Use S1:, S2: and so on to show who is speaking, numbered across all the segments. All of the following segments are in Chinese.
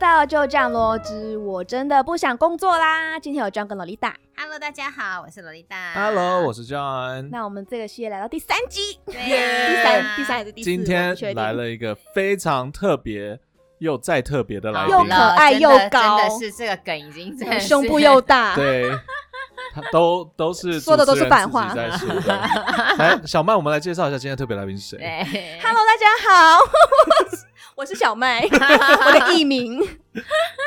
S1: 报就这样咯，之我真的不想工作啦。今天有 John 跟洛丽达，
S2: Hello，大家好，我是罗丽达。
S3: Hello，我是 John。
S1: 那我们这个系列来到第三集，
S2: 对
S1: 耶
S2: 啊
S1: 第三第三还是第四？
S3: 今
S1: 我不
S3: 天
S1: 确定
S3: 来了一个非常特别又再特别的来
S2: 好
S3: 宾，
S1: 又可爱
S2: 哦真的
S1: 又高
S2: 真的是这个梗已经真的是
S1: 胸部又大，
S3: 对，他都都是
S1: 说的都是
S3: 主持人
S1: 反话
S3: 自己在说的。来，小曼，我们来介绍一下今天的特别来宾是 谁。
S2: 对
S1: Hello，大家好， 我是小 麦，我的艺名，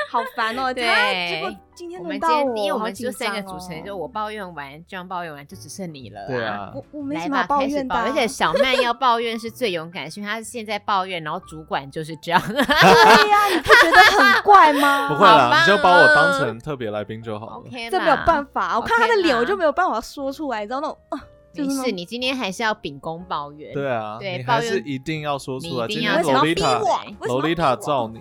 S1: 好烦哦。
S2: 对
S1: 啊结果今天
S2: 我
S1: 轮
S2: 们
S1: 到
S2: 今
S1: 我，
S2: 天，因为我们
S1: 好紧
S2: 就三个
S1: 张哦
S2: 主持人，就我抱怨完，John 抱怨完，就只剩你了。
S3: 对啊，
S1: 我我没
S2: 来
S1: 什么
S2: 吧
S1: 好，抱
S2: 开始
S1: 怨的
S2: 抱
S1: 啊，
S2: 怨。而且小曼要抱怨是最勇敢，是因为她现在抱怨，然后主管就是这 样。
S1: 对呀，你不觉得很怪吗？
S3: 不会
S2: 好棒
S3: 啦，
S2: 啊
S3: 你就把我当成特别来宾就好了。
S2: OK，
S1: 这没有办
S2: 法。
S1: 法，我看他的
S2: OK
S1: 脸，
S2: 嘛
S1: 我就没有办法说出来，你知道那种啊，就
S2: 没
S1: 是那
S2: 事，
S1: 种
S2: 你今天还是要秉公抱怨。
S3: 对啊，
S2: 对
S3: 你
S2: 抱
S3: 还
S2: 怨
S3: 是一定要说出来。
S2: 你
S3: 今
S2: 一定
S3: 天
S2: 要
S3: 洛
S2: 讲
S3: 丽塔
S2: 为什么要逼，我
S3: 洛丽塔罩你。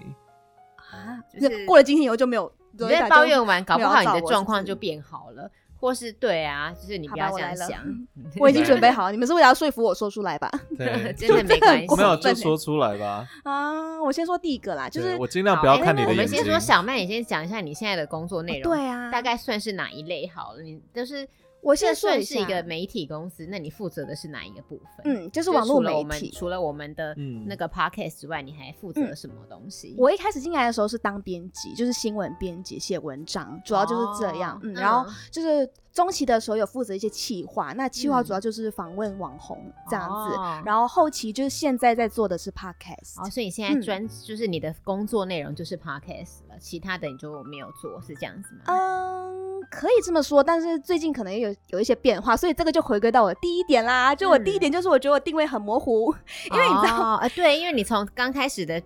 S1: 啊，
S2: 就是
S1: 那过了今天以后就没有。
S2: 你
S1: 有一
S2: 在
S1: 打
S2: 抱
S1: 就
S2: 怨完，搞不
S1: 没
S2: 好
S1: 有要
S2: 你
S1: 找
S2: 的
S1: 我
S2: 状
S1: 是
S2: 况
S1: 不
S2: 就是变好了，或是对啊，就是你
S1: 好
S2: 不
S1: 吧
S2: 要
S1: 我
S2: 这
S1: 来
S2: 样
S1: 了
S2: 想。，
S1: 我已经
S3: 对
S1: 准备好，你们是为了要说服我说出来吧？
S3: 对
S2: 真的没关系
S3: 没有
S1: 过分
S3: 就
S1: 欸
S3: 说出来吧。
S1: 啊，我先说第一个啦，就
S3: 对
S1: 是
S3: 我尽量
S2: 好
S3: 不要
S2: 哎
S3: 看你的
S2: 我
S3: 眼
S2: 们
S3: 睛。
S2: 先说小曼，你先讲一下你现在的工作内容，
S1: 对啊，
S2: 大概算是哪一类好了？你就是
S1: 我
S2: 这
S1: 先说
S2: 算
S1: 一
S2: 是一
S1: 下
S2: 个媒体公司，那你负责的是哪一个部分？，
S1: 嗯，就是
S2: 就
S1: 网络
S2: 除了我
S1: 媒
S2: 们
S1: 体。嗯
S2: 除了我们的
S3: 嗯
S2: 那个 podcast 之外，你还负责什么东西？
S1: 我一开始进来的时候是当编辑，就是新闻编辑，写文章，主要就是这样。
S2: 哦
S1: 嗯，然后就是中期的时候有负责一些企划，那企划
S2: 嗯
S1: 主要就是访问网红这样子，
S2: 哦
S1: 然后后期就是现在在做的是 podcast，、
S2: 哦，所以你现在
S1: 嗯
S2: 专、就是你的工作内容就是 podcast 了，其他的你就没有做，是这样子吗？
S1: 嗯，可以这么说，但是最近可能也有有一些变化，所以这个就回归到我的第一点啦。就我第一
S2: 嗯
S1: 点就是我觉得我定位很模糊， 因为你知道
S2: 哦，呃，对，因为你从刚开始的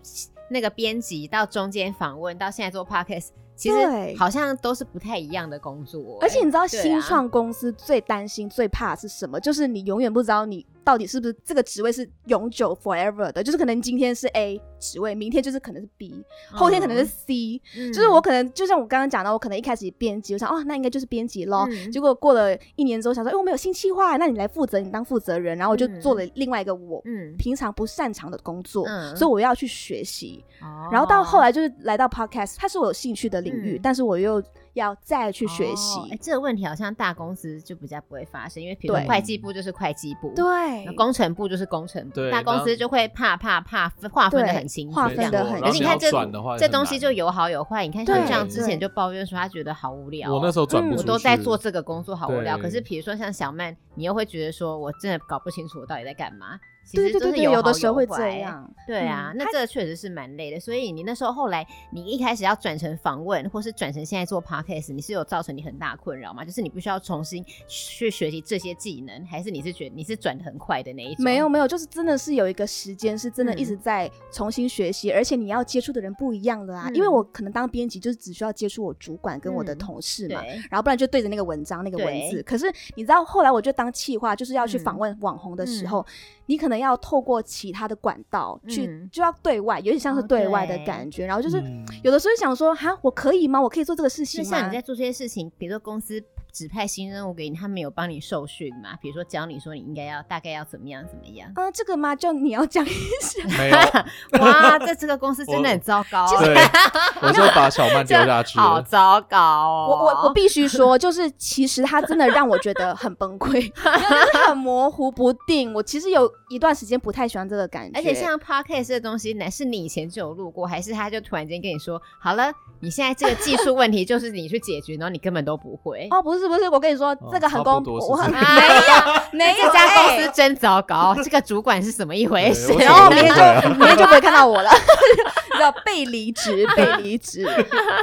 S2: 那个编辑到中间访问到现在做 podcast，其
S1: 对
S2: 实好像都是不太一样的工作、
S1: 而且你
S2: 哎
S1: 知道
S2: 对啊
S1: 新创公司最担心、最怕的是什么？就是你永远不知道你到底是不是这个职位是永久 forever 的，就是可能今天是 A 职位，明天就是可能是 B，后天可能是 C，、
S2: 嗯
S1: 就是我可能就像我刚刚讲到，我可能一开始编辑，我想哦，那应该哦就是编辑咯。
S2: 嗯
S1: 结果过了一年之后，想说，哎、我们有新企划，那你来负责，你当负责人，然后我就
S2: 嗯
S1: 做了另外一个我
S2: 嗯，
S1: 平常不擅长的工作，
S2: 嗯
S1: 所以我要去学习。
S2: 哦
S1: 然后到后来就是来到 podcast，它是我有兴趣的领域，
S2: 嗯
S1: 但是我又要再去学习。
S2: 哦哎这个问题好像大公司就比较不会发生，因为比如说
S1: 对
S2: 会计部就是会计部，
S1: 哦哎对
S2: 那，工程部就是工程部，
S3: 对
S2: 大公司就会怕怕怕分划分的
S1: 对
S2: 很清楚，
S1: 划
S3: 没
S1: 分得
S3: 错
S1: 很
S3: 然
S2: 可
S3: 后
S2: 是
S1: 清
S2: 你
S3: 你要
S2: 看这
S3: 转的话也
S2: 这
S3: 很
S2: 东西
S3: 难
S2: 就有好有坏，你看像
S1: 对
S2: 这样之
S1: 对
S2: 前就抱怨说他觉得好无聊哦，
S3: 我那时候转
S1: 嗯
S3: 不
S2: 我
S3: 出去，
S2: 都在做这个工作，好无聊。
S3: 对
S2: 可是比如说像小曼，你又会觉得说我真的搞不清楚我到底在干嘛。其
S1: 对对
S2: 实就
S1: 对
S2: 是
S1: 对，有
S2: 好
S1: 的时候会
S2: 坏
S1: 这。样。
S2: 对啊，
S1: 嗯
S2: 那这个确实是蛮累的。所以你那时候后来，你一开始要转成访问，或是转成现在做 podcast，你是有造成你很大困扰吗？就是你必须要重新去学习这些技能，还是你是觉得你是转的很快的那一种？
S1: 没有没有，就是真的是有一个时间是真的一直
S2: 嗯
S1: 在重新学习，而且你要接触的人不一样的啊。
S2: 嗯
S1: 因为我可能当编辑就是只需要接触我主管跟我的
S2: 嗯
S1: 同事嘛，
S2: 对，
S1: 然后不然就对着那个文章那个文
S2: 对
S1: 字。可是你知道后来我就当企划，就是要去
S2: 嗯
S1: 访问网红的时
S2: 嗯
S1: 候，你可能要透过其他的管道去，
S2: 嗯
S1: 就要对外，有点像是
S2: 哦
S1: 对外的
S2: 对
S1: 感觉。然后就是
S3: 嗯
S1: 有的时候想说，哈，我可以吗？我可以做这个事
S2: 就
S1: 情吗？
S2: 像你在做这些事情，比如说公司指派新任务给你，他们有帮你受训嘛？比如说教你说你应该要大概要怎么样怎么样。
S1: 嗯、这个吗？就你要 讲一下。
S3: 没有， 啊
S2: 哇，这这个公司真的很糟糕，啊
S3: 对， 我就把小曼丢下去
S2: 好
S3: 了。
S2: 糟糕哦！
S1: 我我我必须说，就是其实它真的让我觉得很崩溃， 因为就是很模糊不定。我其实有一段时间不太喜欢这个感觉，
S2: 而且像 podcast 这东西，乃是你以前就有录过，还是他就突然间跟你说，好了，你现在这个技术问题就是你去解决，然后你根本都不会。
S1: 哦，不是不是，我跟你说
S3: 哦
S1: 这个很
S3: 差
S1: 公
S3: 不，多是
S1: 我很
S3: 这
S2: 哎呀，
S1: 没有
S2: 这家公
S1: 哎
S2: 司真糟糕，这个主管是什么一回事
S3: 对？我
S1: 然
S3: 怎么
S1: 后
S3: 会
S1: 明天
S3: 对
S1: 就
S3: 啊
S1: 明天就不会看到我了， 你知道被离职，被离职。没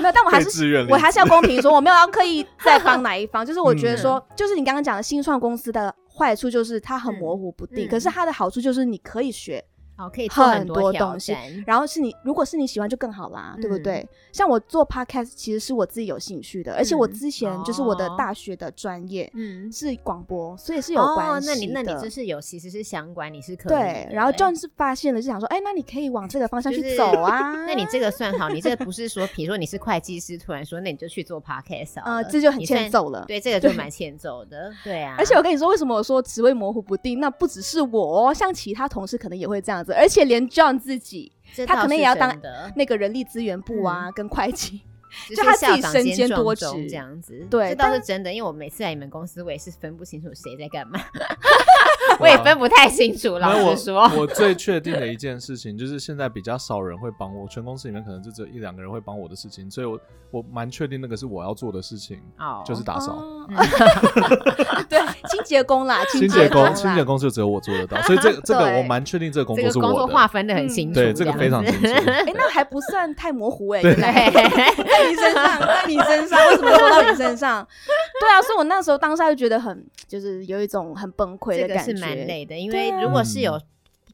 S1: 有，但我还
S3: 被
S1: 是
S3: 自愿离
S1: 我还是要公平说，我没有要刻意再帮哪一方，就是我觉得
S2: 嗯
S1: 说，就是你刚刚讲的新创公司的坏处就是它很模糊不定，
S2: 嗯嗯
S1: 可是它的好处就是你可以学，
S2: 好，可以做
S1: 很多
S2: 多挑
S1: 东西
S2: 战
S1: 然后是你如果是你喜欢就更好啦，对不
S2: 嗯
S1: 对？像我做 podcast 其实是我自己有兴趣的，而且我
S2: 嗯
S1: 之前就是我的
S2: 哦
S1: 大学的专业
S2: 嗯，
S1: 是广播，所以是有关系的。
S2: 哦，那你那你就是有其实是相关，你是可以
S1: 对，
S2: 的
S1: 然后
S2: 哎
S1: John 是发现了，就想说，哎，那你可以往这个方向
S2: 就
S1: 去
S2: 是
S1: 走啊。
S2: 那你这个算好，你这个不是说，比如说你是会计师，突然说那你就去做 podcast，好
S1: 呃，
S2: 了
S1: 这就很
S2: 你
S1: 欠
S2: 算
S1: 揍了。
S2: 对，这个就蛮欠揍的，对啊。
S1: 而且我跟你说，为什么我说职位模糊不定？那不只是我哦，像其他同事可能也会这样子。子，而且连 John 自己
S2: 这
S1: 他
S2: 倒
S1: 可能
S2: 是
S1: 也要
S2: 真
S1: 当
S2: 的
S1: 那个人力资源部啊，
S2: 嗯
S1: 跟会计，
S2: 就
S1: 就是他自
S2: 校
S1: 己
S2: 长
S1: 身
S2: 兼
S1: 兼多
S2: 撞钟
S1: 职
S2: 这样子，
S1: 对
S2: 这倒
S1: 但
S2: 是真的，因为我每次来你们公司，我也是分不清楚谁在干 嘛，我也分不太清楚，
S3: 因为
S2: 老
S3: 我
S2: 实说，
S3: 我最确定的一件事情就是现在比较少人会帮我，全公司里面可能就只有一两个人会帮我的事情，所以我我蛮确定那个是我要做的事情，
S2: 哦
S3: 就是打扫。
S1: 哦
S2: 嗯
S1: 对，清洁工啦，
S3: 清洁
S1: 洁
S3: 工，
S1: 啦
S3: 清洁工就只有我做得到，所 以这个这个
S1: 对
S3: 我蛮确定这个工
S2: 这
S3: 作
S2: 个
S3: 是
S2: 工作
S3: 我
S2: 划
S3: 的。
S2: 分的很清楚，
S3: 对，这个
S2: 样
S3: 非常
S2: 子
S3: 清楚。
S1: 哎，那还不算太模糊哎、
S3: 对
S1: 原来
S2: 对，
S1: 在你身上，在你身上，为什么落到你身上？ 对啊，所以我那时候当下就觉得很，就是有一种很崩溃
S2: 这
S1: 的
S2: 个
S1: 感觉。
S2: 是蛮累的，因
S1: 对
S2: 为
S1: 啊
S2: 如果是有，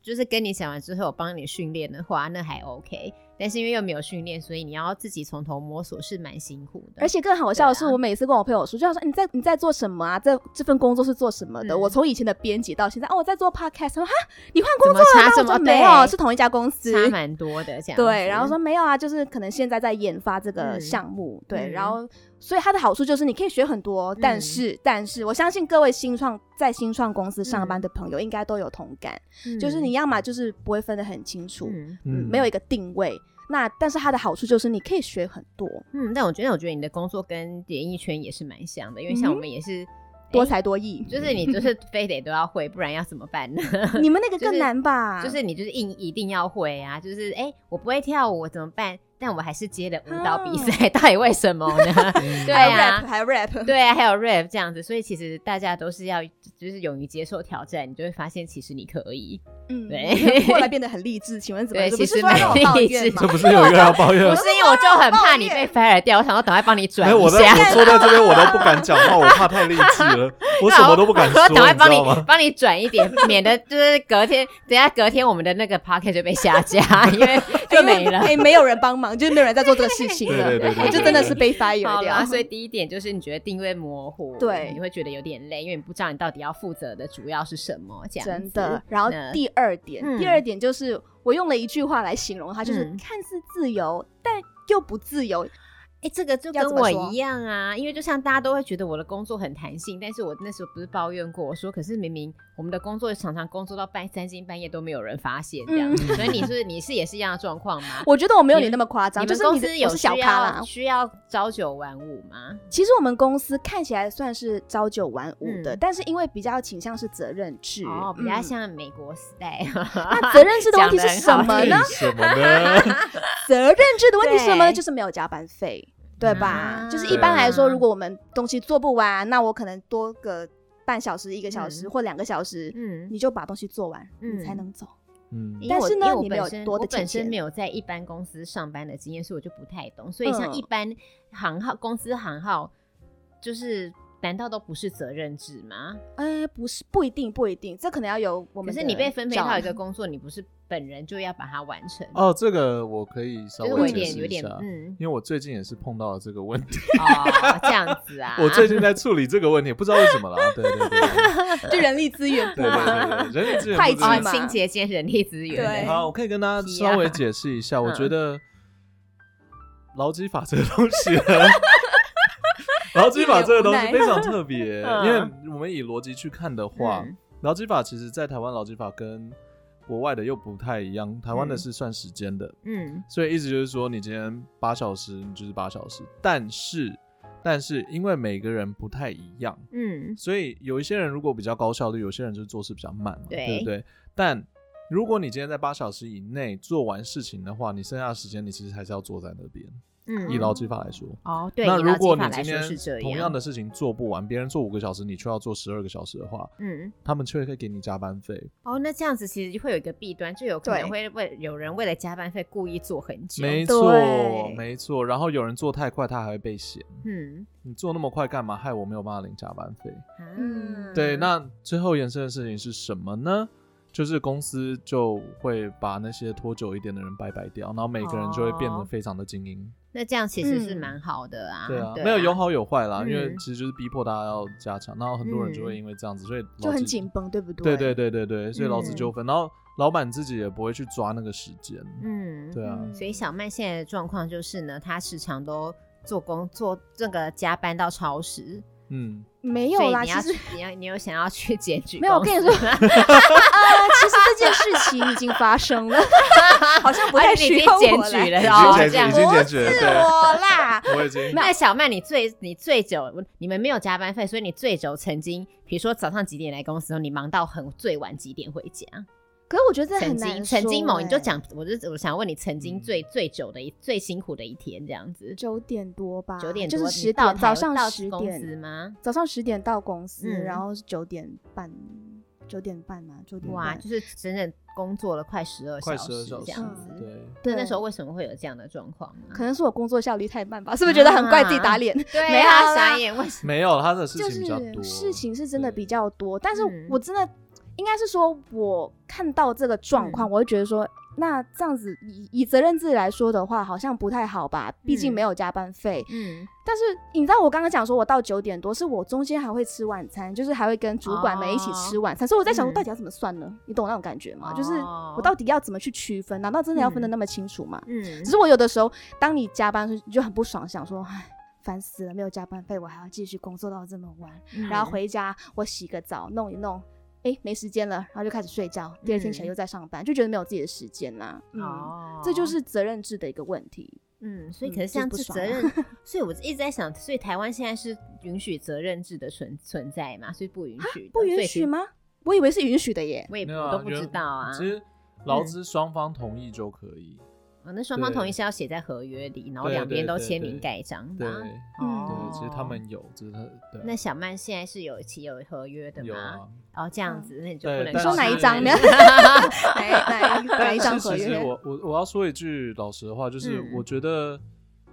S2: 就是跟你讲完之后有帮你训练的话，那还 OK。但是因为又没有训练，所以你要自己从头摸索是蛮辛苦的。
S1: 而且更好笑的是，
S2: 对啊
S1: 我每次跟我朋友说，就要哎说你在你在做什么啊？这这份工作是做什么的？
S2: 嗯
S1: 我从以前的编辑到现在，哦，我在做 podcast。他说哈，你换工
S2: 怎
S1: 作
S2: 么差这
S1: 了？我
S2: 么哦
S1: 说没有，
S2: 对
S1: 是同一家公司。
S2: 差 蛮多的这样子。
S1: 对，然后说没有啊，就是可能现在在研发这个
S2: 嗯
S1: 项目，对，
S2: 嗯
S1: 然后所以它的好处就是你可以学很多，但
S2: 嗯
S1: 是但是我相信各位新创在新创公司上
S2: 嗯
S1: 班的朋友应该都有同感，就是你要么就是不会分得很清楚，嗯
S2: 嗯
S1: 没有一个定位。那但是它的好处就是你可以学很多，
S2: 嗯，但我觉得我觉得你的工作跟演艺圈也是蛮像的，因为
S1: 嗯
S2: 像
S1: 哼
S2: 我们也是
S1: 多才多艺。
S2: 就是你就是 非得都要会，不然要怎么办呢？
S1: 你们那个
S2: 就是
S1: 更难吧？
S2: 就是你就是硬一定要会啊！就是哎、我不会跳舞我怎么办？但我还是接了舞蹈比
S1: 啊
S2: 赛， 到底为什么呢？ 对
S1: 还有
S2: 啊
S1: rap，，还有 rap，
S2: 对啊，还有 rap 这样子，所以其实大家都是要就是勇于接受挑战，你就会发现其实你可以。
S1: 嗯，
S2: 对
S1: 后来变得很励志。请问怎么
S2: 对
S1: 了？不
S2: 其
S1: 是
S2: 实
S1: 说要让我
S2: 蛮
S1: 抱
S2: 励
S1: 怨
S2: 志
S1: 吗
S3: 这？不是有一个要抱
S2: 不
S3: 怨？
S2: 是因为我就很怕你被 fire 掉，我想说赶快帮你转
S3: 啊没有，
S2: 一
S3: 我在我
S2: 下。
S3: 坐在这边，我都不敢讲话，我怕太励志 了，我什么都不敢说，
S2: 我
S3: 你
S2: 赶快
S3: 知
S2: 帮
S3: 道
S2: 你
S3: 吗？
S2: 帮你转一点，免得就是隔天，等下隔天我们的那个 p o c k e t 就被下架，因为 就没了。
S1: 哎，没有人帮忙，就是没有人在做这个事情
S3: 对
S1: 了，
S3: 对 对对，
S1: 就真的是被 fire
S2: 好
S1: 掉
S2: 啦，。所以第一点就是你觉得定位模糊，
S1: 对
S2: 你会觉得有点累，因为你不知道你到底要负责的主要是什么，这样子
S1: 真的。然后
S2: 那
S1: 第二点，
S2: 嗯
S1: 第二点就是我用了一句话来形容它，就是
S2: 嗯
S1: 看似自由，但又不自由。
S2: 哎、这个就
S1: 要
S2: 跟
S1: 怎么
S2: 我
S1: 说
S2: 一样啊，因为就像大家都会觉得我的工作很弹性，但是我那时候不是抱怨过，我说可是明明我们的工作常常工作到半三更半夜都没有人发现这样，
S1: 嗯
S2: 子，所以你是你是也是一样的状 况吗？
S1: 我觉得我没有
S2: 你
S1: 你那么夸张，
S2: 你
S1: 就
S2: 们
S1: 是
S2: 公
S1: 你的
S2: 司有
S1: 我是小
S2: 需
S1: 咖
S2: 要
S1: 啦。
S2: 需要朝九晚五吗？
S1: 其实我们公司看起来算是朝九晚五的，
S2: 嗯
S1: 但是因为比较倾向是责任制，
S2: 哦，比较
S1: 嗯
S2: 像美国时代。
S1: 那责任制的问题
S2: 讲得
S1: 是
S2: 很
S1: 什
S2: 好
S1: 么
S3: 为
S1: 呢？
S3: 什 么呢？
S1: 责任制的问题是什么呢？
S2: 对
S1: 就是没有加班费，对吧？
S2: 啊
S1: 就是一般来说，
S2: 对
S1: 如果我们东西做不完，那我可能多个半小时、一个小时、或两个小时，
S2: 嗯，
S1: 你就把东西做完，
S2: 嗯
S1: 你才能走。
S3: 嗯，
S2: 因为
S1: 但
S2: 我
S1: 是呢
S2: 因为我
S1: 你没
S2: 本
S1: 有
S2: 身
S1: 多的
S2: 我本
S1: 钱
S2: 身
S1: 钱
S2: 没有在一般公司上班的经验，所以我就不太懂。所以像
S1: 嗯
S2: 一般行号、公司行号，就是难道都不是责任制吗？
S1: 呃，不是，不一定，不一定，这可能要由我
S2: 可
S1: 们。
S2: 是你被分配到一个，工作，你不是本人就要把它完成，
S3: 哦，这个我可以稍
S2: 就是我有
S3: 微解
S2: 点
S3: 释
S2: 有
S3: 一
S2: 点
S3: 下，
S2: 嗯
S3: 因为我最近也是碰到了这个问题，。
S2: 哦这样子啊
S3: 我最近在处理这个问题，不知道为什么 啦，对对对，
S1: 就人力资源部
S3: 对
S2: 啊
S3: 对
S1: 嘛。
S3: 对对，人力资源
S1: 会
S3: 部
S1: 计
S2: 哦
S3: 这
S1: 嘛
S3: 个
S2: 清洁兼人力资源
S1: 对
S2: 的，
S3: 好，我可以跟大家
S2: 题啊
S3: 稍微解释一下，我
S2: 嗯
S3: 觉得劳基法这个东 西呢，劳基法这个东西非常 特别，
S2: 嗯
S3: 因为我们以逻辑去看的话
S2: 嗯，
S3: 劳基法其实在台湾劳基法跟国外的又不太一样，台湾的
S2: 嗯
S3: 是算时间的，
S2: 嗯
S3: 所以意思就是说，你今天八小时，你就是八小时，但是但是因为每个人不太一样，
S2: 嗯
S3: 所以有一些人如果比较高效率，有些人就是做事比较慢嘛，
S2: 对
S3: 不对？但如果你今天在八小时以内做完事情的话，你剩下的时间你其实还是要坐在那边。
S2: 嗯
S3: 以劳基法来说，
S2: 哦，对，
S3: 那
S2: 以
S3: 如
S2: 劳
S3: 果
S2: 基
S3: 你
S2: 法
S3: 今
S2: 来说
S3: 天
S2: 是这
S3: 同样的，事情做不完，别人做五个小时，你却要做十二个小时的话，
S2: 嗯。
S3: 他们却会给你加班费。
S2: 哦，那这样子其实就会有一个弊端，就有可能
S1: 对
S2: 会为有人为了加班费故意做很久。嗯
S3: 没错
S1: 对，
S3: 没错。然后有人做太快，他还会被嫌。
S2: 嗯
S3: 你做那么快干嘛？害我没有办法领加班费。
S2: 啊
S1: 嗯
S3: 对，那最后延伸的事情是什么呢？就是公司就会把那些拖久一点的人拜拜掉，然后每个人就会变得非常的精英。
S2: 那这样其实是
S1: 嗯
S2: 蛮好的啊。
S3: 对啊，没有有好有坏啦，
S2: 嗯
S3: 因为其实就是逼迫大家要加强，然后很多人就会因为这样子，所以劳 资
S1: 就很紧。绷，对不对？
S3: 对对对对对，所以劳资纠纷，然后老板自己也不会去抓那个时间。
S2: 嗯，
S3: 对啊，
S1: 嗯
S2: 所以小曼现在的状况就是呢，她时常都做工做这个加班到超时，
S3: 嗯，
S1: 没
S2: 没
S1: 有啦，
S2: 你
S1: 其
S2: 要
S1: 实
S2: 你要你有想要去检举公司吗？
S1: 没有我跟你说呃，其实这件事情已经发生 了，好像不太
S2: 而且你
S1: 需
S2: 已
S1: 要
S2: 经检
S1: 我
S2: 举了
S1: 来。
S2: 哦，
S3: 已经检
S2: 这样
S3: 已经检举
S1: 不
S3: 了，
S1: 是
S3: 对，
S1: 我啦，
S3: 我已经
S2: 那小曼，你最你最久，你们没有加班费，所以你最久曾经，比如说早上几点来公司，然后你忙到很最晚几点回家？
S1: 可是我觉得这很
S2: 曾
S1: 难
S2: 经
S1: 说
S2: 曾经某，你就
S1: 欸
S2: 讲，我就我想问你，曾经
S3: 嗯
S2: 最、最久的一最辛苦的一天这样子，
S1: 九点多吧，
S2: 九点
S1: 啊就
S2: 多
S1: 是
S2: 你
S1: 十
S2: 到
S1: 点，
S2: 台
S1: 早上
S2: 到
S1: 十
S2: 公司
S1: 点，
S2: 吗？
S1: 早上十点到公司，
S2: 嗯
S1: 然后是九点半，九点半嘛，九点
S2: 哇，
S1: 半。
S2: 就是整整工作了快十二
S3: 嗯快
S2: 小
S3: 十二
S2: 时
S3: 小
S2: 这
S3: 时
S2: 样
S1: 嗯
S2: 子。，
S3: 对，
S2: 那
S1: 对
S2: 那时候为什么会有这样的状况呢？
S1: 可能是我工作效率太慢吧，是不是觉得很怪自己打脸？
S2: 对
S1: 没有
S2: 啊，
S1: 啦
S2: 傻眼，为什么？
S3: 没有他的事
S1: 就
S3: 情比较
S1: 是
S3: 多，
S1: 事情是真的
S3: 对
S1: 比较多，但是
S2: 嗯
S1: 我真的应该是说，我看到这个状
S2: 嗯
S1: 况，我会觉得说，那这样子以以责任制来说的话，好像不太好吧，毕竟
S2: 嗯
S1: 没有加班费。
S2: 嗯，
S1: 但是你知道我刚刚讲说，我到九点多，是我中间还会吃晚餐，就是还会跟主管们一起吃晚餐，所以我在想，
S2: 嗯
S1: 我到底要怎么算呢？你懂那种感觉吗？就是
S2: 哦
S1: 我到底要怎么去区分？难道真的要分的那么清楚吗？
S2: 嗯
S1: 只，是我有的时候，当你加班的时候，你就很不爽，想说，唉，烦死了，没有加班费，我还要继续工作到这么晚，
S2: 嗯
S1: 然后回家我洗个澡，弄一弄。哎，没时间了，然后就开始睡觉。第二天起来
S2: 嗯
S1: 又在上班，就觉得没有自己的时间啦。嗯，
S2: 哦，
S1: 这就是责任制的一个问题。
S2: 嗯，所以
S1: 嗯
S2: 可
S1: 就
S2: 是
S1: 是
S2: 像
S1: 不
S2: 这
S1: 爽
S2: 责
S1: 啊
S2: 任， 所以我一直在想，所以台湾现在是允许责任制的存存在嘛？所以不允许的，
S1: 啊不
S2: 呃所
S1: 允
S2: 以
S1: 许
S2: 是？
S1: 吗？我以为是允许的耶。
S2: 我也
S3: 没
S2: 不
S3: 有啊
S2: 都不
S3: 原
S2: 知道啊。
S3: 其实劳资双方同意就可以，
S2: 哦那双方
S3: 对
S2: 同意是要写在合约里，然后
S3: 对
S2: 两边
S3: 对
S2: 都
S3: 对
S2: 签
S3: 对
S2: 名盖章的
S3: 对
S2: 啊。
S3: 对，
S1: 嗯
S2: 哦
S3: 其实他们有，只是他对啊
S2: 那小曼现在是有起有合约的
S3: 有
S2: 吗？
S3: 啊，
S2: 哦，这样
S1: 嗯
S2: 子，那你就
S3: 对
S2: 不能
S3: 但
S1: 说
S2: 告
S1: 哪
S2: 诉
S1: 一
S2: 我
S1: 张
S2: 们？
S1: 呢哪哪一哪
S3: 但
S1: 一
S3: 是
S1: 张合
S3: 其实
S1: 约？
S3: 我我我要说一句老实的话，就是
S2: 嗯
S3: 我觉得。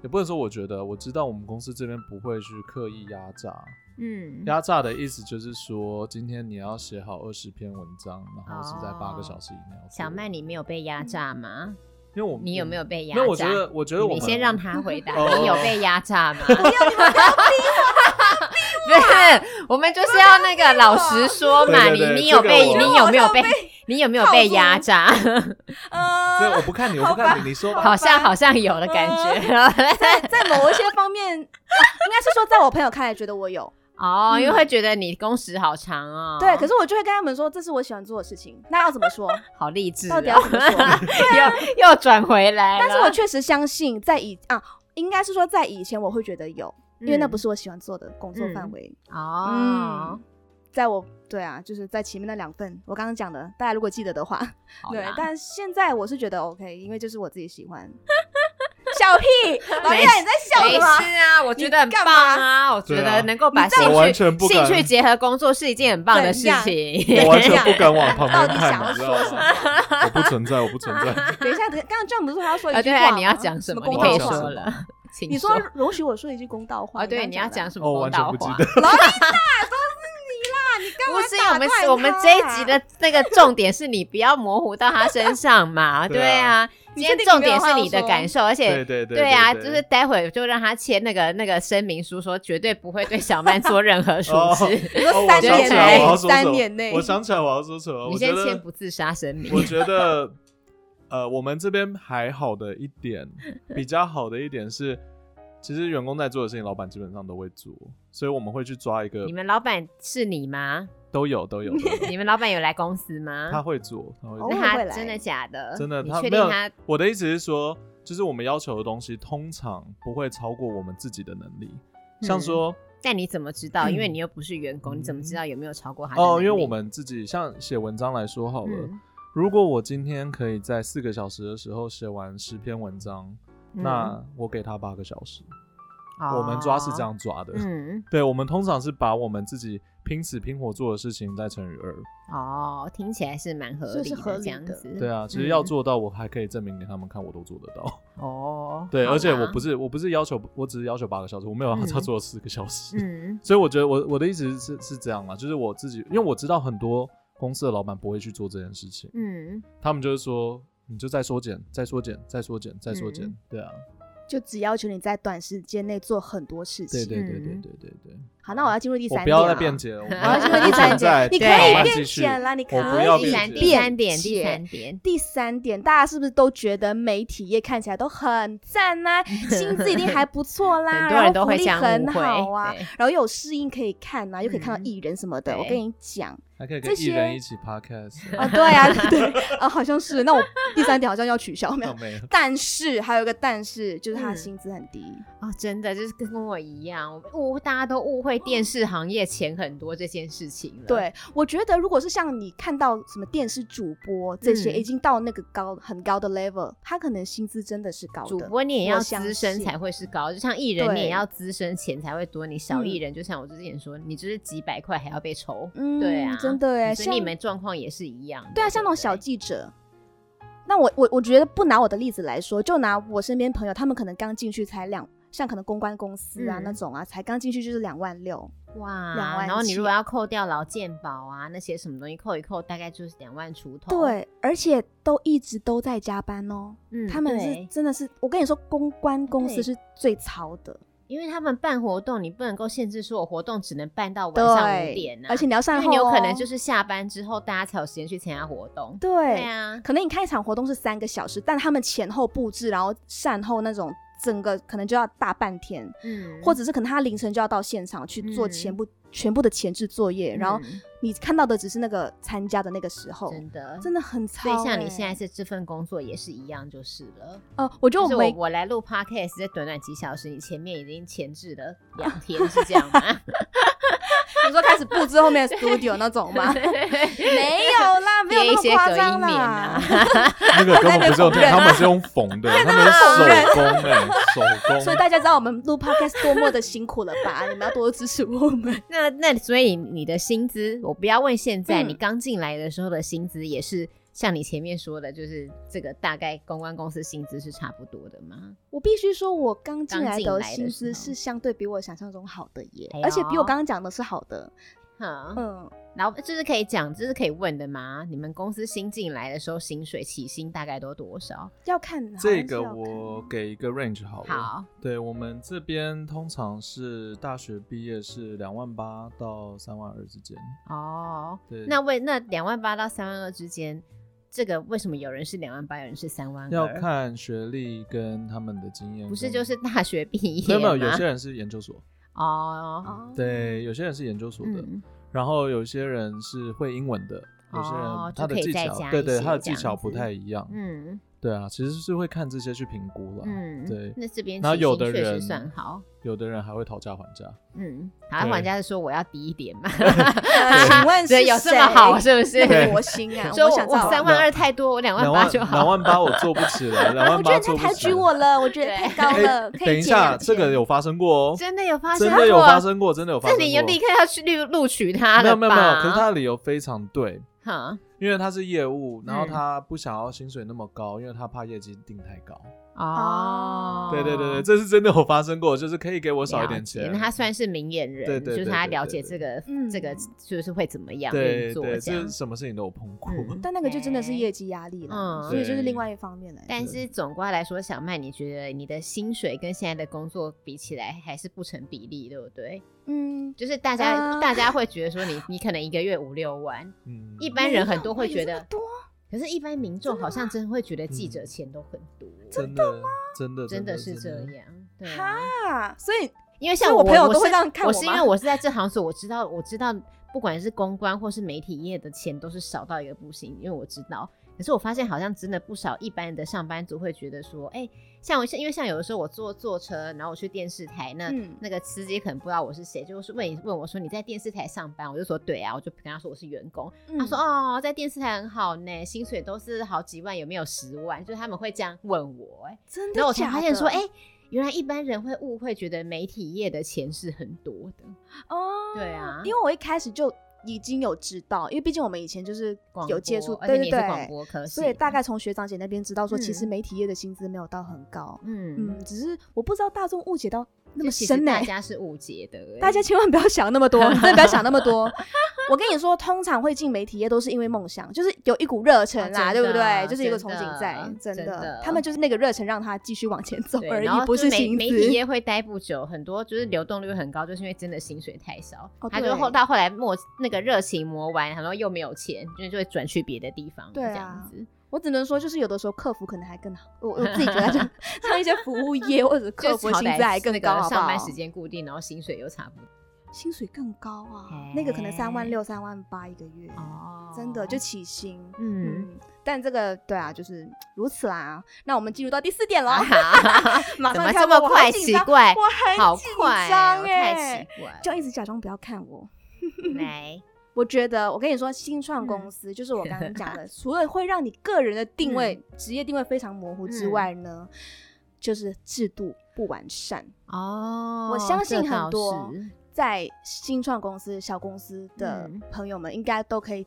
S3: 也不能说我觉得，我知道我们公司这边不会去刻意压榨。
S2: 嗯，
S3: 压榨的意思就是说，今天你要写好二十篇文章，然后是在八
S2: 哦
S3: 个小时以内 要做。
S2: 小曼，你没有被压榨吗？
S3: 因为我
S2: 你有没有被压
S3: 没
S2: 榨？
S3: 有，我觉得，我觉得我们
S2: 你先让他回答，
S3: 哦哦
S2: 你有被压榨 吗？不是，我们就是要那个老实说嘛，
S3: 对
S2: 你
S3: 对对
S2: 你有被
S3: 这个我
S2: 你有没有被 你有没有被压榨？
S3: 这 我
S1: 呃，
S3: 不看你，我不看你，你说 吧。
S2: 好像好像有的感
S1: 嗯
S2: 觉
S1: 在某一些方面，啊应该是说，在我朋友看来觉得我有
S2: 哦，
S1: 嗯
S2: 因为会觉得你工时好长哦。
S3: 啊
S1: 对，可是我就会跟他们说，这是我喜欢做的事情，那要怎么说？
S2: 好励志哦，
S1: 到底要怎 么说啊
S2: 又又转回来了。
S1: 但是我确实相信，在以啊，应该是说在以前我会觉得有，因
S3: 嗯
S1: 为那不
S2: 是
S1: 是我喜欢做的嗯工作范围。
S2: 嗯
S3: 啊
S2: 哦，
S1: 在我对啊，就是在前面那两份，我刚刚讲的，大家如果记得的话，
S2: 好
S1: 对
S2: 啦。
S1: 但现在我是觉得 OK，因为就是我自己喜 欢。小屁，老
S2: 没
S1: 叶你在笑
S2: 没
S1: 什么？
S2: 事啊，我觉得很
S1: 你干
S2: 棒
S1: 嘛
S2: 啊，我觉
S3: 对啊
S2: 得能够把兴
S3: 我完
S2: 趣
S3: 全不
S2: 兴
S3: 敢
S2: 趣结合工作是一件很棒的事
S1: 怎样
S2: 情。
S3: 我完全不敢往旁边
S1: 到底
S3: 看，
S1: 想
S3: 你
S1: 要
S3: 知
S1: 说
S3: 道
S1: 什
S3: 吗？
S1: 么？
S3: 我不存在，我不存在。
S1: 等一下，等一下刚刚 John 不是哎还要说
S2: 啊，
S1: 一句
S2: 对
S1: 话、
S2: 啊，你要讲
S1: 什
S2: 什么？
S1: 公
S2: 你
S1: 道
S2: 可以
S1: 话
S3: 我要
S2: 说
S3: 讲
S2: 了，请
S1: 你说容许我说一句公道话。
S2: 啊，对，你要
S1: 刚
S2: 讲
S1: 了
S2: 什么
S3: 哦，我
S2: 公
S3: 完全
S2: 道
S3: 不记
S2: 话？
S3: 得。
S2: 不是，我们
S1: 打断
S2: 我们
S1: 他啊
S2: 这一集的那个重点是你不要模糊到他身上嘛，
S3: 对啊
S2: 对啊，
S1: 你
S2: 今天
S1: 确定
S2: 重
S1: 你没有
S2: 点是
S1: 话
S2: 你的
S1: 说
S2: 感受，而且
S3: 对对对
S2: 对啊，
S3: 对
S2: 就是待会就让他签那个那个声明书，说绝对不会对小曼做任何处
S3: 哦
S2: 置。
S3: 哦，
S1: 三
S3: 我想
S1: 年
S3: 起来
S1: 内
S3: 我要说什
S1: 三
S3: 么
S1: 年内
S3: 我想起来我要说什么。
S2: 你
S3: 我觉
S2: 先
S3: 得
S2: 签不自杀声明
S3: 我觉得，呃，我们这边还好的一点，比较好的一点是，其实员工在做的事情，老板基本上都会做，所以我们会去抓一个
S2: 你们老板是你吗？
S3: 都有都有，都 有
S2: 你们老板有来公司
S3: 他
S2: 吗？
S3: 会做，他会
S1: 偶尔
S3: 做
S2: 那
S1: 会
S2: 他
S1: 来
S2: 真的假的？
S3: 真的，
S2: 你
S3: 他
S2: 确
S3: 没
S2: 定
S3: 有
S2: 他？
S3: 我的意思是说，就是我们要求的东西，通常不会超过我们自己的能力，像
S2: 嗯
S3: 说。嗯
S2: 但你怎么知道？因为你又不是员工，你怎么知道有没有超过他的能力？
S3: 哦，因为我们自己像写文章来说好了，
S2: 嗯
S3: 如果我今天可以在四个小时的时候写完十篇文章，那我给他八个小时。
S2: 嗯
S3: 我们抓是这
S2: 哦
S3: 样抓的，
S2: 嗯，
S3: 对，我们通常是把我们自己拼死拼活做的事情再乘以二。
S2: 哦，听起来是蛮合
S1: 所以
S2: 理
S1: 是合
S2: 的
S1: 理
S2: 这样
S1: 的
S2: 子。
S3: 对啊，其实要
S2: 嗯
S3: 做到，我还可以证明给他们看，我都做得到。
S2: 哦，
S3: 对，
S2: 好
S3: 而且
S2: 啦
S3: 我不是我不是要求，我只是要求八个小时，我没有让他
S2: 嗯
S3: 做四个小时。
S2: 嗯
S3: 所以我觉得我我的意思是是这样啦，就是我自己，因为我知道很多公司的老板不会去做这件事情。
S2: 嗯，
S3: 他们就是说，你就再缩减，再缩减，再缩减，再缩减，
S2: 嗯
S3: 对啊，
S1: 就只要求你在短时间内做很多事情。
S3: 对对对对
S2: 嗯
S3: 对对对，
S1: 好，那我要进入第
S3: 我
S1: 三
S3: 不
S1: 点啊
S3: 要再
S1: 了。
S3: 辩解了，我
S1: 好进入第三点你可
S2: 对
S1: 以
S2: 慢
S1: 辩解啦，你可
S3: 我不要
S2: 第
S1: 以
S3: 辩
S2: 三
S3: 解
S2: 第三 点，第
S1: 辩
S2: 三
S1: 解
S2: 点，
S1: 第三点，大家是不是都觉得媒体业看起来都很赞呐、 薪资一定还不错啦，
S2: 很多人都会这
S1: 然
S2: 样
S1: 后福利
S2: 误
S1: 很
S2: 会
S1: 好啊，
S2: 对
S1: 然后又有适应可以看呐、又可以看到
S2: 嗯
S1: 艺人什么的。
S2: 对
S1: 我跟你讲，
S3: 还可以
S1: 这
S3: 跟艺
S1: 些
S3: 人一起 podcast，哎
S1: 哦，对啊， 对啊，好像是。那我第三点好像要取消，哦没
S3: 倒
S1: 有。
S3: 霉了。
S1: 但是还有一个但是，就是他
S2: 嗯
S1: 的薪资很低。
S2: 哦，真的就是跟跟我一样，误大家都误会电视行业钱很多这件事情了。，
S1: 对，我觉得如果是像你看到什么电视主播这些，
S2: 嗯
S1: 已经到那个高很高的 level，他可能薪资真的是高的。
S2: 主播你也
S1: 我
S2: 要
S1: 相
S2: 资深
S1: 信
S2: 才会是高，就像艺人
S1: 对
S2: 你也要资深钱才会多，你小艺
S1: 嗯
S2: 人就像我之前说，你就是几百块还要被抽，
S1: 嗯，
S2: 对啊
S1: 真的哎，
S2: 所以你
S1: 像
S2: 们状况也是一样的。
S1: 对啊，像那种
S2: 不
S1: 小记者。那我我我觉得不拿我的例子来说，就拿我身边朋友，他们可能刚进去才两，像可能公关公司啊、
S2: 嗯哦
S1: 那种啊，才刚进去就是两万六，
S2: 哇，
S1: 两万
S2: 然后你
S1: 起啊
S2: 如果要扣掉劳健保啊那些什么东西扣一扣，大概就是两万出头。，
S1: 对，而且都一直都在加班哦。
S2: 嗯，
S1: 他们
S2: 对
S1: 是真的是，我跟你说，公关公
S2: 对
S1: 司是最糙的，
S2: 因为他们办活动，你不能够限制说我活动只能办到晚上五
S1: 对
S2: 点、啊，，
S1: 而且你要
S2: 因
S1: 善
S2: 为
S1: 后、哦，
S2: 你有可能就是下班之后大家才有时间去参加活动。
S1: 对
S2: 对啊，
S1: 可能你看一场活动是三个小时，但他们前后布置，然后善后那种，整个可能就要大半天，
S2: 嗯，
S1: 或者是可能他凌晨就要到现场去做全
S2: 嗯
S1: 部、全部的前置作业，然后
S2: 嗯
S1: 你看到的只是那个参加的那个时候，
S2: 真的
S1: 真
S2: 的。
S1: 的很
S2: 所
S1: 糙、
S2: 以
S1: 欸。
S2: 像你现在是这份工作也是一样，就是了。
S1: 呃，我觉得
S2: 就是
S1: 我
S2: 我
S1: 没
S2: 我来录 podcast 在短短几小时，你前面已经前置了两天，是这样吗？
S1: 你说开始布置后面的 studio 那种 吗？没有啦，没有那
S2: 贴一
S1: 么
S2: 些
S1: 夸
S2: 隔
S1: 张
S2: 音棉
S1: 啦，
S2: 啊。
S3: 那个根 本不是用
S1: 在那边否
S3: 听，
S1: 认
S3: 他们是用缝 的，他们是手工哎，手工。
S1: 所以大家知道我们录 podcast 多么的辛苦了吧？你们要多多支持我们。
S2: 那那所以你的薪资，我不要问现在，
S1: 嗯
S2: 你刚进来的时候的薪资也是像你前面说的，就是这个大概公关公司薪资是差不多的吗？
S1: 我必须说，我刚进
S2: 刚
S1: 来
S2: 进
S1: 的
S2: 来的
S1: 薪
S2: 时
S1: 资
S2: 候
S1: 是相对比我想象中好的耶，
S2: 哎呦
S1: 而且比我刚刚讲的是好的。
S2: 哈、
S1: 嗯，
S2: 然后这是可以讲，这是可以问的吗？你们公司新进来的时候，薪水起薪大概都多少？
S1: 要看好像是
S3: 这
S1: 要
S3: 个
S1: 看
S3: 我给一个 range 好了。
S2: 好，
S3: 对我们这边通常是大学毕业是两万八到三万二之间。
S2: 哦，
S3: 对，
S2: 那为那两万八到三万二之间，这个为什么有人是两万八，有人是三万
S3: 要
S2: 二？
S3: 看学历跟他们的经验跟。
S2: 不是就是大学毕业
S3: 没有没
S2: 吗？
S3: 有，有些人是研究所，
S2: 哦，
S1: 哦，
S3: 对，有些人是研究所的，啊
S2: 嗯
S3: 然后有些人是会英文的，有些
S2: 哦
S3: 人他
S2: 就
S3: 的
S2: 可以
S3: 技
S2: 再
S3: 巧，
S2: 加
S3: 对
S2: 一
S3: 对，
S2: 些
S3: 他的
S2: 这
S3: 技
S2: 样
S3: 巧不
S2: 子
S3: 太一样。
S2: 嗯
S3: 对啊，其实是会看这些去评估了。
S2: 嗯，
S3: 对
S2: 那这边
S3: 然后
S2: 起
S3: 有
S2: 薪
S3: 的
S2: 确
S3: 人
S2: 实算好。
S3: 有的人还会讨价还价，
S2: 嗯，好像
S3: 对
S2: 玩家是说我要低一点 嘛，
S1: 呃请 问
S2: 这
S1: 是
S2: 有这
S1: 谁
S2: 么好是不是
S1: 那？个
S3: 对
S1: 魔星啊，
S2: 说
S1: 我
S2: 我
S1: 想知道
S2: 我三万二太多，我两万
S3: 两
S2: 八
S3: 万
S2: 就好。
S3: 两万八我做不起来，两
S2: 啊
S1: 我
S3: 万
S1: 觉得
S3: 八
S1: 太
S3: 做不
S1: 抬
S3: 起
S1: 举
S3: 来。哎
S1: 我了，我觉得太高了，可以
S3: 等一
S1: 减
S3: 下，
S1: 两千
S3: 这个有发生过哦，
S2: 真的有发生
S3: 真
S2: 过，
S3: 的有发生过，真的有发
S2: 啊
S3: 生
S2: 那
S3: 过。
S2: 你就立刻要去录录取他
S3: 没
S2: 了
S3: 有
S2: 吧？
S3: 没有没有，可是他的理由非常对，
S2: 哈
S3: 因为他是业务，然后
S2: 嗯
S3: 他不想要薪水那么高，因为他怕业绩定太高。
S2: 哦，
S3: 对对对对，这是真的有发生过，就是可以给我少一点
S2: 了解
S3: 钱。
S2: 那他算是明眼人，
S3: 对对对
S2: 就是他了解这
S3: 对
S2: 个
S1: 嗯
S2: 这个就是会怎么样
S3: 对
S2: 运作
S3: 对，
S2: 这
S3: 这
S2: 样。
S3: 什么事情都有碰过。
S2: 嗯
S1: 但那个就真的是
S2: OK
S1: 业绩压力了，
S2: 嗯
S1: 所以就是另
S3: 对
S1: 外一方面了。
S2: 但是总观来说，小麦，你觉得你的薪水跟现在的工作比起来，还是不成比例，对不对？
S1: 嗯，
S2: 就是大家、
S1: 呃
S2: 大家会觉得说你，你可能一个月五六万，
S3: 嗯，
S2: 一般人很多会
S1: 没有
S2: 觉
S1: 这么
S2: 得，
S1: 多
S2: 可是，一般民众好像真会觉得记者钱都很多，
S3: 嗯真的真的
S2: 真
S3: 的
S2: 的是这。样，对啊、
S1: 啊，所以
S2: 因为
S1: 所
S2: 像
S1: 以我朋友
S2: 我
S1: 都会
S2: 是
S1: 这样看
S2: 我
S1: 我
S2: 是因
S1: 吗
S2: 为我是在这行所，我知道我知道，不管是公关或是媒体业的钱都是少到一个不行，因为我知道。可是我发现好像真的不少一般的上班族会觉得说，哎、像我因为像有的时候我坐坐车，然后我去电视台，那、
S1: 嗯
S2: 那个司机可能不知道我是谁，就是问你问我说你在电视台上班，我就说对啊，我就跟他说我是员工，他说
S1: 嗯
S2: 哦，在电视台很好呢，薪水都是好几万，有没有十万？就是他们会这样问我、哎，
S1: 真的，
S2: 然后我才发现说，哎、，原来一般人会误会，觉得媒体业的钱是很多的。
S1: 哦，
S2: 对啊
S1: 因为我一开始就已经有知道，因为毕竟我们以前就是
S2: 广
S1: 有接触，
S2: 播而且
S1: 对
S2: 你
S1: 对
S2: 也是广
S1: 对，
S2: 播科系，
S1: 所以大概从学长姐那边知道说，
S2: 嗯
S1: 其实媒体业的薪资没有到很高，
S2: 嗯，
S1: 嗯，只是我不知道大众误解到那么
S2: 那么其实
S1: 深呢欸
S2: 大。家是误解的、哎
S1: 大家千万不要想那么 多，真的不要想那么多。我跟你说，通常会进媒体业都是因为梦想，就是有一股热忱啦，
S2: 哦
S1: 对
S2: 真的
S1: 不对？就是一个憧憬在，
S2: 真
S1: 真
S2: 的
S1: 的，
S2: 真的
S1: 他们就是那个热忱让他继续往前走
S2: 对，
S1: 而
S2: 然后
S1: 已，不
S2: 就是媒
S1: 薪
S2: 媒体
S1: 资。
S2: 业会待不久，很多就是流动率很高，就是因为真的薪水太少，
S1: 哦
S2: 他就
S1: 对
S2: 后到后来磨那个热情磨完，然后又没有钱，就就会转去别的地方，
S1: 对啊
S2: 这样子。
S1: 我只能说，就是有的时候客服可能还更好，我我自己觉 得就像一些服务业或者
S2: 就
S1: 客服
S2: 好
S1: 薪
S2: 歹
S1: 资还更
S2: 那个
S1: 高，好不
S2: 上
S1: 好？
S2: 班时间固定，然后薪水又差不多。
S1: 薪水更高啊
S2: 嘿，
S1: 那个可能三万六、三万八一个月，
S2: 哦
S1: 真的就起薪。
S2: 嗯，
S1: 嗯， 但这个对啊，就是如此啦。那我们进入到第四点了，
S2: 啊
S1: 马
S2: 怎
S1: 上
S2: 么
S1: 看
S2: 这么
S1: 我好
S2: 快？
S1: 紧
S2: 奇
S1: 张
S2: 怪，
S1: 我
S2: 好
S1: 很紧
S2: 快
S1: 张
S2: 哦，
S1: 哎、
S2: 太奇怪
S1: 就一直假装不要看我。
S2: 了。 来，
S1: 我觉得，我跟你说，新
S2: 嗯
S1: 创公司、就是我刚刚讲 的，除了会让你个人的定位、
S2: 嗯
S1: 职、业定位非常模糊之外呢，就是制度不完善。
S2: 哦，
S1: 我相信
S2: 这倒
S1: 很多
S2: 是
S1: 在新创公司、小公司的
S2: 嗯
S1: 朋友们，应该都可以、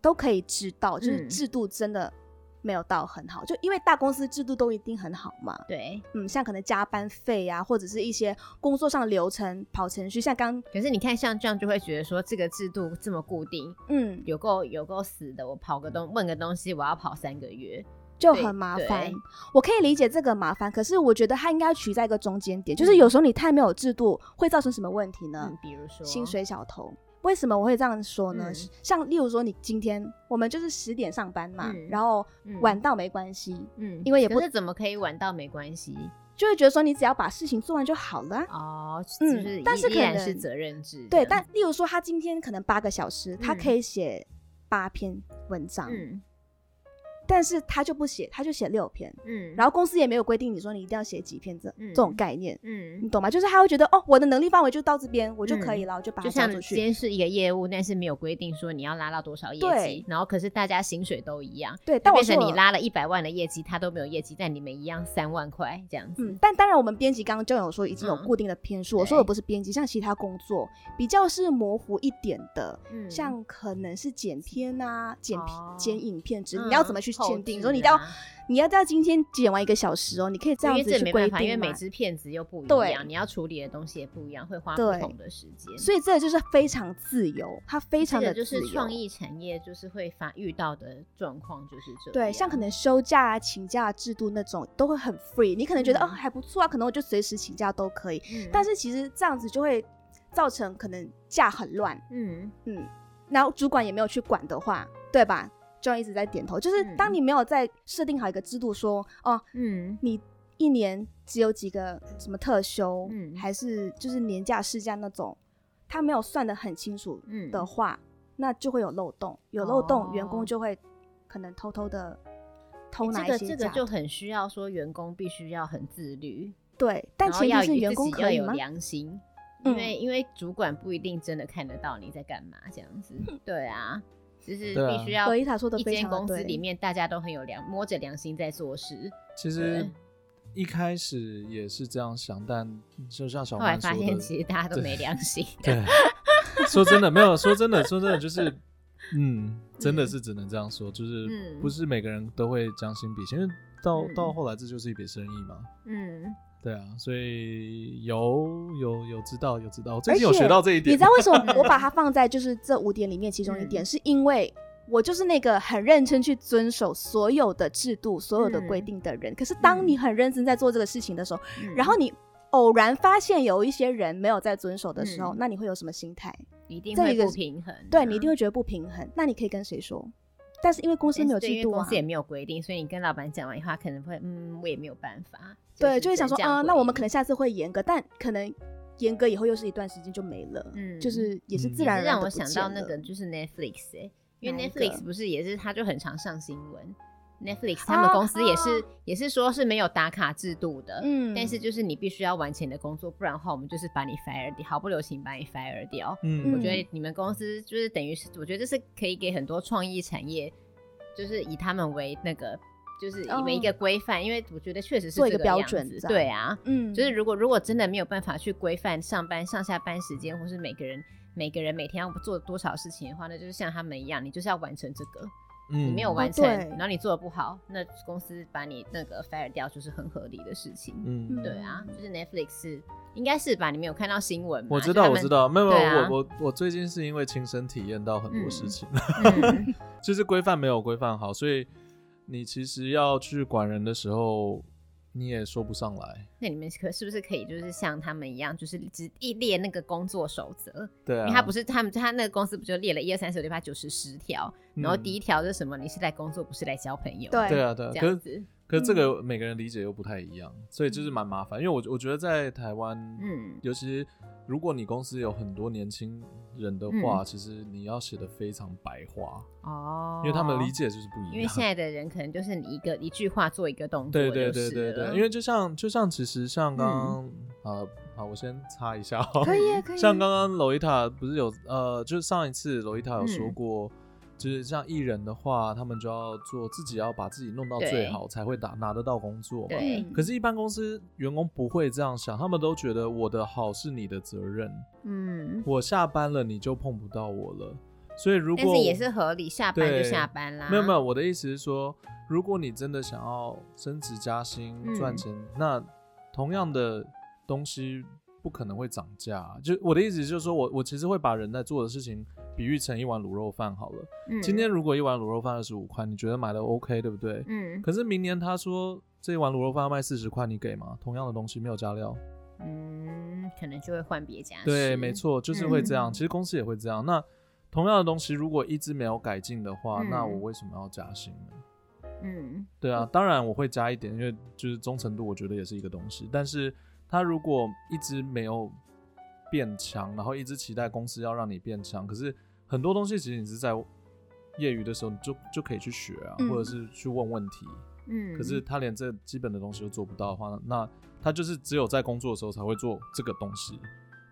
S1: 都可以知道，就是
S2: 嗯
S1: 制度真的没有到很好。就因为大公司制度都一定很好嘛，
S2: 对。
S1: 嗯，像可能加班费啊，或者是一些工作上流程、跑程序，像刚
S2: 可是你看，像这样就会觉得说，这个制度这么固定，
S1: 嗯
S2: 有够有够死的。我跑个东问个东西，我要跑三个月。
S1: 就
S2: 对
S1: 很麻
S2: 对
S1: 烦。我可以理解这个麻烦，可是我觉得它应该取在一个中间点，就是有时候你太没有制度，会造成什么问题呢？
S2: 嗯，比如说
S1: 薪，水小偷。为什么我会这样说呢？
S2: 嗯
S1: 是像例如说，你今天我们就是十点上班嘛，
S2: 嗯
S1: 然后
S2: 嗯
S1: 晚到没关系，
S2: 嗯
S1: 因为也
S2: 可
S1: 不
S2: 是怎么可以晚到没关系
S1: 就会觉得说你只要把事情做完就好了啊。
S2: 哦，就
S1: 嗯
S2: 是依
S1: 但是
S2: 依
S1: 可
S2: 然是
S1: 能
S2: 责任制这
S1: 对，
S2: 样。
S1: 但例如说他今天可能八个小时，他可以写八篇文章，
S2: 嗯
S1: 但是他就不写，他就写六篇。
S2: 嗯，
S1: 然
S2: 后
S1: 后公司也没有规定你说你一定要写几篇这、
S2: 嗯
S1: 这种概念，你
S2: 嗯，
S1: 懂吗？就是他会觉得哦，我的能力范围就到这边，我就可以了，我就把它
S2: 就
S1: 交
S2: 像
S1: 出
S2: 今
S1: 去。
S2: 天是一个业务，但是没有规定说你要拉到多少业绩
S1: 对，
S2: 然后可是大家薪水都一样，
S1: 对，
S2: 就
S1: 但我
S2: 变
S1: 说
S2: 成你，拉了一百万的业绩，他都没有业绩，但你们一样三万块这样
S1: 嗯
S2: 子。，
S1: 但当然我们编辑刚刚就有说已经有
S2: 嗯
S1: 固定的篇数，我
S2: 对
S1: 说的不是编辑，像其他工作比较是模糊一点的。
S2: 嗯
S1: 像可能是剪片啊、剪片
S2: 哦
S1: 剪影片之类，
S2: 嗯
S1: 你要怎么去
S2: 后
S1: 鉴定？
S2: 置
S1: 你说你一定要
S2: 啊
S1: 你要到今天剪完一个小时哦，你可以这
S2: 因
S1: 样
S2: 为
S1: 子
S2: 这
S1: 去
S2: 没
S1: 规
S2: 办法，因为
S1: 定
S2: 每
S1: 嘛。
S2: 支片子又不一
S1: 对
S2: 样，你要处理的东西也不一样，会花不
S1: 对
S2: 同的时间。
S1: 所以这就是非常自由，它非
S2: 这
S1: 常
S2: 个
S1: 的
S2: 就是
S1: 自由
S2: 创意产业就是会发遇到的状况就是这样。
S1: 对，像可能休假啊、请假制度那种都会很 free，你可能觉得、
S2: 嗯
S1: 哦还不错啊，可能我就随时请假都可以。
S2: 嗯，
S1: 但是其实这样子就会造成可能假很乱，
S2: 嗯
S1: 嗯，然后主管也没有去管的话，对吧？就一直在点头，就是
S2: 嗯
S1: 当你没有在设定好一个制度说，哦，
S2: 嗯
S1: 你一年只有几个什么特休，
S2: 嗯
S1: 还是就是年假、事假那种，他没有算得很清楚
S2: 嗯
S1: 的话，那就会有漏洞，有漏洞，员
S2: 哦
S1: 工就会可能偷偷的偷拿
S2: 这
S1: 一
S2: 个
S1: 些假。
S2: 这个就很需要说员工必须要很自律，
S1: 对，但
S2: 然
S1: 前
S2: 后
S1: 提
S2: 要
S1: 是
S2: 与
S1: 员
S2: 自
S1: 工
S2: 己
S1: 可
S2: 要
S1: 以
S2: 有
S1: 吗？
S2: 良心，
S1: 嗯
S2: 因为因为主管不一定真的看得到你在干嘛这样子。对啊，就是
S3: 对啊
S2: 必须要
S1: 德伊塔说得
S2: 一
S1: 非
S2: 间
S1: 常地
S2: 公司
S1: 对
S2: 里面大家都很有良摸着良心在做事，
S3: 其实一开始也是这样想，但就像小
S2: 后来
S3: 曼说
S2: 发现
S3: 的，
S2: 其实大家都
S3: 对
S2: 没良 心。
S3: 对，说真的没有，说真的，说真的就是，嗯，真的是只能这样说，就是
S2: 嗯
S3: 不是每个人都会将心比心，因为到
S2: 嗯
S3: 到后来这就是一笔生意嘛。
S2: 嗯，
S3: 对啊，所以有有有知道有知道，我最
S1: 而
S3: 近有学
S1: 且
S3: 到这一
S1: 你
S3: 点。
S1: 知道为什么我把它 放在就是这五点里面其中一
S2: 嗯
S1: 点，是因为我就是那个很认真去遵守所有的制度、所有的规定的人。可是当你很认真在做这个事情的时候，
S2: 嗯
S1: 然后你偶然发现有一些人没有在遵守的时候，
S2: 嗯
S1: 那你会有什么心态？
S2: 一定
S1: 这
S2: 会
S1: 一个
S2: 不
S1: 是
S2: 平衡，啊
S1: 对你一定会觉得不平衡。那你可以跟谁说？但是因为公司
S2: 但
S1: 没
S2: 是
S1: 有
S2: 对
S1: 制
S2: 因为
S1: 度
S2: 公
S1: 啊
S2: 司，也没有规定，所以你跟老板讲完以后，他可能会嗯，我也没有办法，
S1: 对，
S2: 是
S1: 就会想说
S2: 只能这
S1: 啊、
S2: 样
S1: 那我们
S2: 回
S1: 可能下次会严格，但可能严格以后又是一段时间就没了，
S2: 嗯
S1: 就是也是
S3: 嗯
S1: 自
S3: 也
S1: 然
S2: 是
S1: 而然
S2: 让
S1: 地不
S2: 我想
S1: 见
S2: 到那
S1: 了
S2: 个就是 Netflix 哎、因
S1: 哪
S2: 为
S1: 一个
S2: Netflix 不是也是它就很常上新闻，Netflix 他们
S1: 啊
S2: 公司也是、
S1: 啊
S2: 也是说是没有打卡制度的，
S1: 嗯
S2: 但是就是你必须要完成你的工作，不然的话我们就是把你 fire 掉，毫不留情把你 fire 掉。
S3: 嗯，
S2: 我觉得你们公司就是等于是，我觉得这是可以给很多创意产业，就是以他们为那个，就是你们一个规范，因为我觉得确实是
S1: 哦做一个
S2: 这样
S1: 标准
S2: 子
S1: 这样
S2: 对啊，
S1: 嗯，
S2: 就是如果如果真的没有办法去规范上班上下班时间，或是每个人每个人每天要做多少事情的话，那就是像他们一样，你就是要完成这个，
S3: 嗯
S2: 你没有完
S1: 哦
S2: 成，
S1: 对
S2: 然后你做的不好，那公司把你那个 fire 掉就是很合理的事情。
S3: 嗯，
S2: 对啊，就是 Netflix 是应该是吧？你们有看到新闻吗？
S3: 我知
S2: 就
S3: 道
S2: 他
S3: 我
S2: 们
S3: 知，道，没有没
S2: 对啊
S3: 有，我我我最近是因为亲身体验到很多事情，
S2: 嗯
S3: 就是规范没有规范好，所以你其实要去管人的时候，你也说不上来。
S2: 那你们可是不是可以就是像他们一样，就是只一列那个工作守则？
S3: 对
S2: 因
S3: 啊，
S2: 为他不
S3: 是，
S2: 是他们，他那个公司不就列了一二三四五六八九十十条，然后第一条是什么？你是来工作，不是来交朋友。
S1: 对
S3: 嗯对啊对啊，
S2: 这
S3: 可
S2: 样
S3: 是
S2: 子。
S3: 可是这个每个人理解又不太一样，所以就是蛮麻烦。因为我我觉得在台湾，
S2: 嗯，
S3: 尤其如果你公司有很多年轻人的
S2: 嗯
S3: 话，其实你要写的非常白话，
S2: 哦，
S3: 因为他们理，解就是不一样。
S2: 因为现在的人可能就是你一个一句话做一个动作，
S3: 对对对对对，因为
S2: 为
S3: 就像就像其实像刚刚、
S2: 嗯
S3: 呃好，我先擦一下哦。
S1: 可以
S2: 啊
S1: 耶可以耶。
S3: 像刚刚罗伊塔不是有呃，就是上一次罗伊塔有
S2: 嗯
S3: 说过，就是像艺人的话，他们就要做自己要把自己弄到最
S2: 对
S3: 好，才会拿拿得到工作嘛。
S2: 对
S1: 嗯
S3: 可是，一般公司员工不会这样想，他们都觉得我的好是你的责任，
S2: 嗯，
S3: 我下班了你就碰不到我了。所以，如果
S2: 但是也是啊合理，下班就
S3: 对
S2: 下班啦，
S3: 没有没有，我的意思是说，如果你真的想要升职加薪、
S2: 嗯
S3: 赚钱，那同样的东西不可能会涨价啊。就我的意思就是说我我其实会把人在做的事情比喻成一碗卤肉饭好了。
S2: 嗯，
S3: 今天如果一碗卤肉饭二十五块，你觉得买的 OK 对不对？
S2: 嗯
S3: 可是明年他说这一碗卤肉饭要卖四十块，你给吗？同样的东西没有加料，
S2: 啊嗯，可能就会换别家，
S3: 对，没，错，就是会这样。
S2: 嗯
S3: 其实公司也会这样。那同样的东西，如果一直没有改进的话，那
S2: 嗯
S3: 我为什么要加薪呢？
S2: 嗯
S3: 对啊，当然我会加一点，因为就是忠诚度，我觉得也是一个东西。但是他如果一直没有变强，然后一直期待公司要让你变强，可是很多东西其实你是在业余的时候你就就可以去学啊，
S1: 嗯
S3: 或者是去问问题。
S2: 嗯，
S3: 可是他连这基本的东西都做不到的话，那他就是只有在工作的时候才会做这个东西，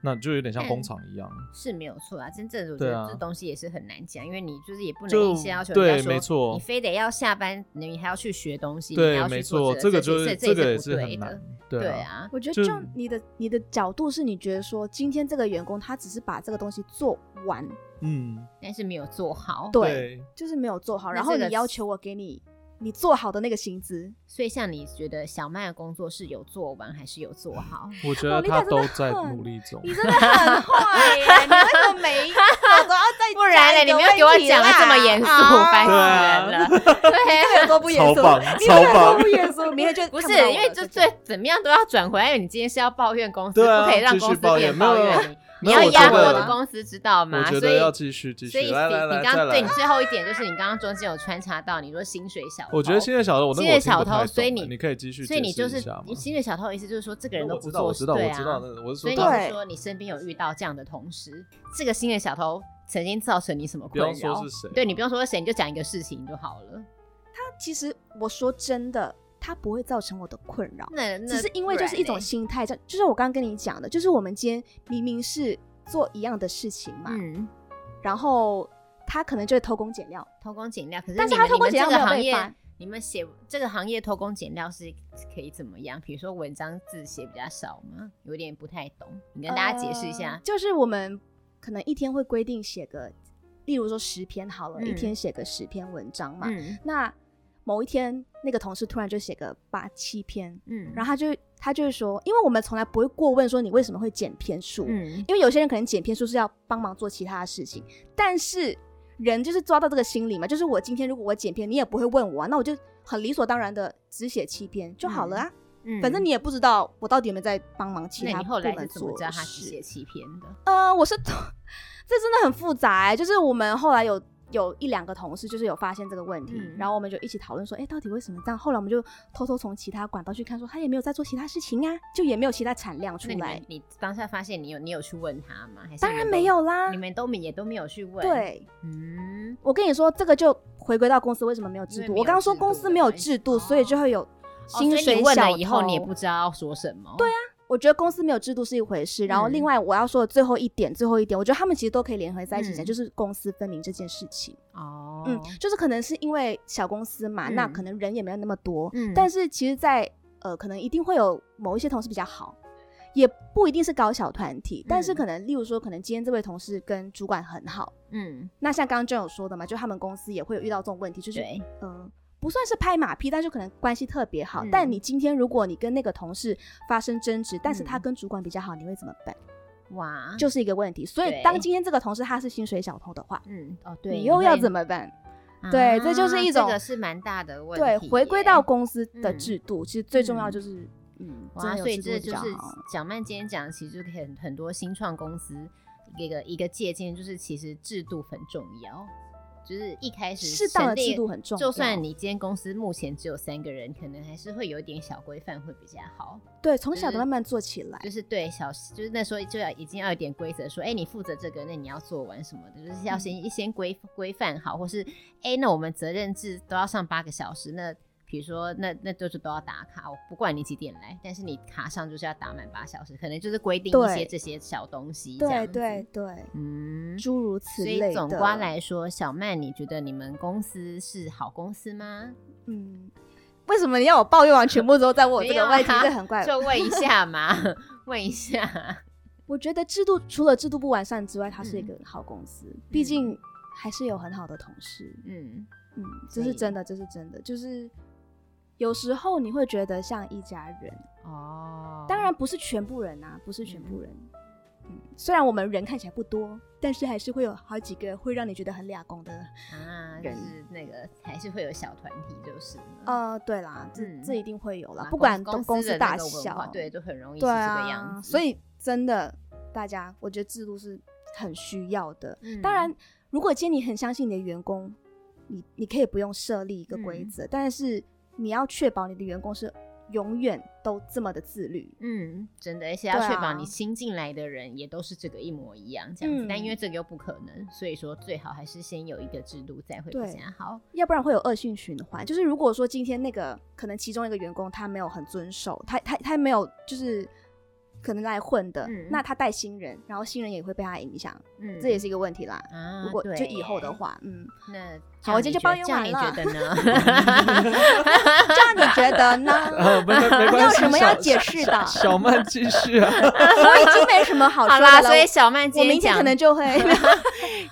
S3: 那就有点像
S2: 但
S3: 工厂一样。
S2: 是没有错啊，真正的我觉
S3: 对
S2: 得
S3: 啊
S2: 这东西也是很难讲，因为你就是也不能
S3: 就
S2: 硬是要求
S3: 对
S2: 人家说
S3: 没错
S2: 你非得要下班，你还要去学东西，你还
S3: 对，
S2: 要
S3: 没
S2: 去做
S3: 错，
S2: 这
S3: 个就是
S2: 这
S3: 个也
S2: 是
S3: 是
S2: 不对
S3: 很
S2: 的
S3: 难，，对啊。
S2: 啊，
S1: 我觉
S3: 就
S1: 得，就你的你的角度是，你觉得说今天这个员工他只是把这个东西做完，
S3: 嗯，
S2: 但是没有做好，
S1: 对
S3: 对，
S1: 就是没有做好，
S2: 那
S1: 然后
S2: 这个
S1: 你要求我给你你做好的那个薪资，
S2: 所以像你觉得小曼的工作是有做完还是有做 好？
S3: 我觉得
S1: 哦，Lita
S3: 他
S1: 真的
S3: 都在
S1: 很
S3: 努力中。
S1: 你真的很坏耶！你为什么每一个都要 再
S2: 不然嘞，
S1: 嘞，
S2: 你没有给我讲的这么严肃，烦死
S3: 对
S1: 啊！
S3: 啊
S2: 人了。
S1: 有
S2: 对 啊，
S1: 多不严
S3: 超
S1: 肃？
S3: 棒
S1: 你
S3: 超
S1: 有
S3: 棒
S1: 多不严肃？明天就
S2: 不是
S1: 看到我
S2: 因为
S1: 了
S2: 就
S1: 这
S2: 最怎么样都要转回来，因为你今天是要抱怨公司，
S3: 对啊
S2: 不可以让
S3: 继续
S2: 公司
S3: 抱
S2: 变
S3: 怨没有
S2: 抱
S3: 没
S2: 怨
S3: 有
S2: 你，你
S3: 没有
S2: 要
S3: 我
S2: 压
S3: 觉
S2: 迫
S3: 得
S2: 我的公司，知道
S3: 我
S2: 吗？
S3: 觉
S2: 所以
S3: 得要继续继
S2: 所以
S3: 续，来来
S2: 你刚
S3: 来，再
S2: 刚对你
S3: 来。
S2: 最后一点就是你刚刚中间有穿插到你说薪水小偷，
S3: 我觉得新月小偷，我那
S2: 新
S3: 个
S2: 月
S3: 我听
S2: 小
S3: 不太
S2: 偷，所以
S3: 懂
S2: 你
S3: 你可以继续
S2: 所以你
S3: 解
S2: 就
S3: 释一
S2: 是
S3: 下吗
S2: 你薪水小偷的意思就是说这个人
S3: 那
S2: 都
S3: 我
S2: 不
S3: 知道，
S2: 做
S3: 我
S2: 事，
S3: 知道，
S2: 对
S3: 我
S2: 啊，
S3: 知道，那个我是
S2: 所以
S3: 说
S2: 你
S1: 到
S3: 他，
S1: 对
S2: 是说你身边有遇到这样的同事，这个新月小偷曾经造成你什么
S3: 不要
S2: 困
S3: 说
S2: 扰
S3: 是？谁，
S2: 对你不用说是谁，你就讲一个事情就好了。
S1: 其实我说真的，它不会造成我的困扰，
S2: 那那
S1: 只是因为就是一种
S2: 欸
S1: 心态，这就是我刚刚跟你讲的，就是我们今天明明是做一样的事情
S2: 不
S1: 嘛，
S2: 然嘞嗯
S1: 然后他可能就会偷工减料，
S2: 偷工减料，可是
S1: 但是
S2: 你们
S1: 他偷工减料
S2: 你们这
S1: 没
S2: 个
S1: 有
S2: 行
S1: 被
S2: 业
S1: 罚，
S2: 你们写这个行业偷工减料是可以怎么样？比如说文章字写比较少吗？有点不太懂，你跟大家解释一下
S1: 呃。就是我们可能一天会规定写个，例如说十篇好了，
S2: 嗯
S1: 一天写个十篇文章嘛，
S2: 嗯
S1: 那某一天那个同事突然就写个八七篇，
S2: 嗯
S1: 然
S2: 后
S1: 后他就他就会说，因为我们从来不会过问说你为什么会减篇数，
S2: 嗯
S1: 因为有些人可能剪片数是要帮忙做其他的事情，但是人就是抓到这个心理嘛，就是我今天如果我剪片，你也不会问我、啊，那我就很理所当然的只写七篇就好了啊，
S2: 嗯
S1: 反正你也不知道我到底有没有在帮忙其
S2: 那
S1: 他
S2: 你
S1: 部
S2: 后来是
S1: 门
S2: 怎么
S1: 做
S2: 知道
S1: 的
S2: 他只
S1: 事
S2: 写。欺骗的？
S1: 呃，我是 这真的很复杂、欸，就是我们后来有。有一两个同事就是有发现这个问题，
S2: 嗯
S1: 然后我们就一起讨论说，哎、到底为什么这样？后来我们就偷偷从其他管道去看，说他也没有在做其他事情啊，就也没有其他产量出
S2: 那你
S1: 来
S2: 们，你当下发现你有你有去问他吗？还是
S1: 当
S2: 你
S1: 然
S2: 们
S1: 没
S2: 都，
S1: 有啦
S2: 你。们都没也都没有去问。，
S1: 对，
S2: 嗯，
S1: 我跟你说，这个就回归到公司为什么没有制
S2: 因为
S1: 度。
S2: 没有
S1: 我刚刚说
S2: 制度
S1: 公司没有
S2: 的关系
S1: 制度，
S2: 哦
S1: 所以就会有薪
S2: 哦所
S1: 水
S2: 以你
S1: 小
S2: 问
S1: 偷。
S2: 了以后，你也不知道要说什么。对啊，
S1: 我觉得公司没有制度是一回事。然后
S2: 嗯
S1: 另外我要说的最后一点，最后一点，我觉得他们其实都可以联合在一起讲，
S2: 嗯
S1: 就是公私分明这件事情。
S2: 哦，
S1: 嗯，就是可能是因为小公司嘛，
S2: 嗯
S1: 那可能人也没有那么多。
S2: 嗯
S1: 但是其实在，呃，可能一定会有某一些同事比较好。也不一定是搞小团体，但是
S2: 嗯
S1: 可能，例如说，可能今天这位同事跟主管很好，
S2: 嗯，
S1: 那像刚刚就有说的嘛，就他们公司也会有遇到这种问题，就是
S2: 对，
S1: 嗯，不算是拍马屁，但就可能关系特别好。
S2: 嗯
S1: 但你今天如果你跟那个同事发生争执，但是
S2: 嗯
S1: 他跟主管比较好，你会怎么办？
S2: 哇，
S1: 就是一个问题。所以
S2: 啊对
S1: 当今天这个同事他是薪水小偷的话，
S2: 嗯，哦，对，
S1: 你又要
S2: 会
S1: 怎么办？
S2: 啊
S1: 对这就是一种
S2: 这个是蛮大的问题
S1: 对，
S2: 耶。
S1: 回归到公司的
S2: 嗯
S1: 制度，其实最重要就是，嗯，真
S2: 哇，
S1: 的有
S2: 所以
S1: 制度
S2: 这
S1: 比
S2: 就
S1: 较
S2: 是
S1: 好
S2: 蒋曼今天讲，其实就很很多新创公司一个一个借鉴，就是其实制度很重要。就是一开始
S1: 适当的
S2: 成立
S1: 制度很重要。
S2: 就算你今天公司目前只有三个人，可能还是会有一点小规范会比较好。
S1: 对从小
S2: 就是
S1: 的慢慢做起来，
S2: 就是对小，就是那时候就要已经要有点规则，说，哎、你负责这个，那你要做完什么的，就是
S1: 嗯
S2: 要先、一先规规范好，或是，哎、那我们责任制都要上八个小时，那比如说，那那就是都要打卡，我不管你几点来，但是你卡上就是要打满八小时，可能就是规定一些
S1: 对
S2: 这些小东西，这样
S1: 对
S2: 子
S1: 对，对，
S2: 嗯。
S1: 诸如此
S2: 所
S1: 类
S2: 以
S1: 的。
S2: 总观来说，小曼，你觉得你们公司是好公司吗？
S1: 嗯，为什么你要我抱怨完全部之后再问我这
S2: 没有
S1: 个
S2: 啊
S1: 问题？这很怪。
S2: 就问一下嘛， 问一下。
S1: 我觉得制度除了制度不完善之外，它是一
S2: 嗯
S1: 个好公司，毕竟还是有很好的同事。
S2: 嗯，
S1: 嗯，
S2: 所
S1: 这
S2: 以
S1: 是真的，这是真的，就是。有时候你会觉得像一家人，
S2: 哦，
S1: 当然不是全部人啊，不是全部人。嗯，虽然我们人看起来不多，但是还是会有好几个会让你觉得很俩公的。
S2: 啊，就
S1: 人
S2: 是那个还是会有小团体，就是了
S1: 呃，对啦，这、
S2: 嗯
S1: 这一定会有啦
S2: 啊，
S1: 不管
S2: 公
S1: 公
S2: 的
S1: 司
S2: 那
S1: 大
S2: 个文化
S1: 小，
S2: 对，就很容易是
S1: 对
S2: 这
S1: 啊，
S2: 个样子。
S1: 所以真的，大家，我觉得制度是很需要的。
S2: 嗯
S1: 当然，如果今天你很相信你的员工，你你可以不用设立一个规
S2: 嗯
S1: 则，但是你要确保你的员工是永远都这么的自律。
S2: 嗯，真的，而且要
S1: 对
S2: 确保
S1: 啊
S2: 你新进来的人也都是这个一模一样这样子，但
S1: 嗯
S2: 因为这个又不可能，所以说最好还是先有一个制度再会比
S1: 对
S2: 较好。
S1: 要不然会有恶性循环。就是如果说今天那个可能其中一个员工他没有很遵守，他他他没有就是可能来混的，
S2: 嗯
S1: 那他带新人，然后新人也会被他影响，
S2: 嗯，
S1: 这也是一个问题啦。
S2: 啊，
S1: 如果
S2: 对
S1: 就以后的
S2: 耶，
S1: 话，嗯，
S2: 那
S1: 好我今天就抱怨
S2: 叫你觉
S1: 完
S2: 得呢？
S1: 这样你觉得呢？
S3: 呃，没没没关
S1: 要
S3: 系，
S1: 什么
S3: 小
S1: 要解释的
S3: 小小曼继续 啊，
S1: 我已经没什么 好
S2: 好
S1: 说的
S2: 啦，
S1: 了
S2: 所以小曼
S1: 我
S2: 今
S1: 明天
S2: 天讲
S1: 可能 就会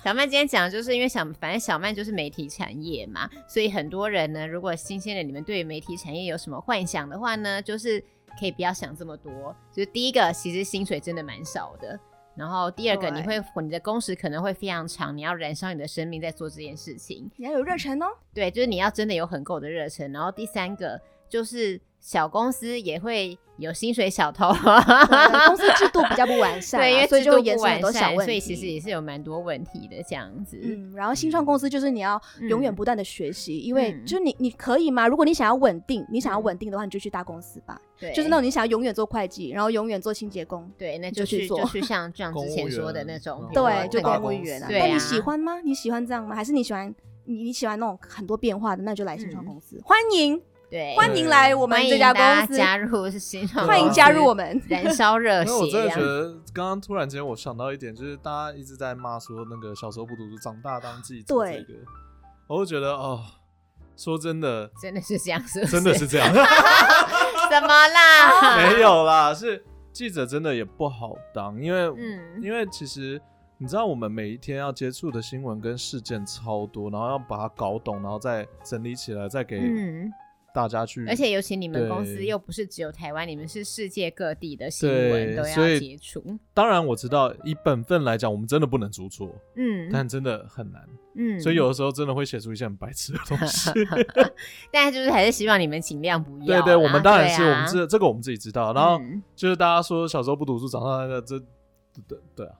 S2: 小曼今天讲，就是因为小，反正小曼就是媒体产业嘛，所以很多人呢，如果新鲜的你们对于媒体产业有什么幻想的话呢，就是可以不要想这么多。就是第一个，其实薪水真的蛮少的。然后第二个，
S1: 对
S2: 你会你的工时可能会非常长，你要燃烧你的生命在做这件事情。
S1: 你要有热忱哦。
S2: 对，就是你要真的有很够的热忱。然后第三个就是小公司也会有薪水小偷，
S1: 对公司制度比较不完善啊，
S2: 对，因为
S1: 所以
S2: 制
S1: 就会
S2: 度不
S1: 衍生很
S2: 完
S1: 多小
S2: 善，
S1: 问题。
S2: 所以其实也是有蛮多问题的这样子。
S1: 嗯，然后新创公司就是你要永远不断的学习，因为
S2: 嗯
S1: 就是你你可以吗？如果你想要稳定，你想要稳定的话，你就去大公司吧，
S2: 对，
S1: 就是那种你想要永远做会计，然后永远做清洁工，
S2: 对，那
S1: 你
S2: 就
S1: 就去
S2: 去
S1: 做
S2: 就去像像
S3: 公
S2: 之
S3: 务
S2: 前说的
S3: 员
S2: 那种
S3: 嗯，
S2: 比如
S1: 对，
S2: 说
S1: 就
S2: 那个
S1: 公务员
S2: 对
S1: 但
S2: 啊
S1: 你喜欢吗？你喜欢这样吗？还是你喜欢你你喜欢那种很多变化的？那就来新创公司，欢迎
S2: 嗯对，
S1: 欢迎来我
S2: 我
S1: 们这家公司，
S2: 加入是 新创，
S1: 欢迎加入我，们。
S2: 燃烧热
S3: 那我
S2: 血
S3: 真
S2: 这
S3: 的
S2: 样。
S3: 觉得，刚刚突然间我想到一点，就是大家一直在骂说那个小时候不读书，长大当记者这
S1: 对
S3: 个，我就觉得哦，说 真的，
S2: 真的是这样，是不
S3: 真 的
S2: 是
S3: 是这样，
S2: 怎么
S1: 哦
S2: 啦？
S3: 没有啦，是记者真的也不好当，因为、
S2: 嗯，
S3: 因为其实你知道，我们每一天要接触的新闻跟事件超多，然后要把它搞懂，然后再整理起来，再给
S2: 嗯，
S3: 大家去，
S2: 而且尤其你们公司
S3: 对
S2: 又不是只有台湾，你们是世界各地的新闻
S3: 对
S2: 都，
S3: 所
S2: 要接
S3: 以
S2: 触。
S3: 当然我知道，以本分来讲，我们真的不能出错，
S2: 嗯
S3: 但真的很难。
S2: 嗯，
S3: 所以有的时候真的会写出一些很白痴的东西。
S2: 但就是还是希望你们尽量 不要
S3: 对
S2: 啦。
S3: 对，我们当然
S2: 对
S3: 是我
S2: 啊
S3: 们这这个我们自己知道。然后
S2: 嗯
S3: 就是大家说小时候不读书，长大的这对对啊，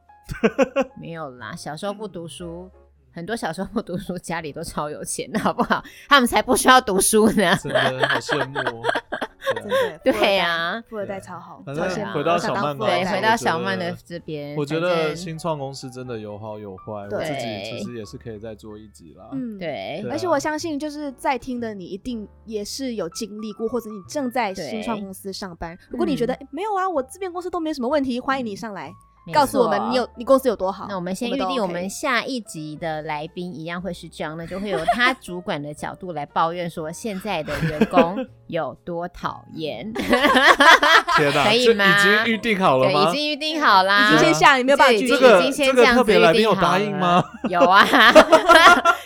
S2: 没有啦，小时候不
S3: 嗯
S2: 读书，很多小时候不读书，家里都超有钱的，好不好？他们才不需要读书呢。
S3: 真的好羡慕哦。
S1: 真
S3: 对啊
S1: 的
S2: 对呀
S1: 富二代富二代超好，
S3: 反
S1: 超
S3: 正
S1: 羡慕
S3: 回到
S1: 我想
S3: 小
S1: 当
S3: 曼
S1: 富
S3: 吧
S1: 二
S2: 对，
S1: 代
S2: 回到小曼的这边，
S3: 我觉
S2: 反
S3: 得
S2: 正
S3: 新创公司真的有好有坏，我
S1: 对
S3: 自己其实也是可以再做一集啦。
S1: 嗯，。
S2: 对
S3: 对啊
S1: 而且我相信，就是在听的你一定也是有经历过，或者你正在新创公司上班。如果你觉得、诶没有啊，我这边公司都没什么问题，欢迎你上来，
S2: 嗯没
S1: 告诉我
S2: 错
S1: 们你有你公司有多好。
S2: 那我们先预
S1: 都
S2: 定，
S1: OK
S2: 我们下一集的来宾一样会是这样，那就会有 他主管的角度来抱怨说现在的员 工有多讨厌，
S3: 天哪，
S2: 可以
S3: 这
S2: 吗
S3: 已经预定好了
S2: 对，
S3: 吗
S2: 已？经预定好啦，
S1: 已经先下，你没有办法拒
S3: 这
S1: 绝。
S3: 个
S2: 已经先
S3: 这个
S2: 样子
S3: 特别
S2: 预
S3: 来宾
S2: 定
S3: 有
S2: 好
S3: 答应
S2: 了
S3: 吗？
S2: 有 啊，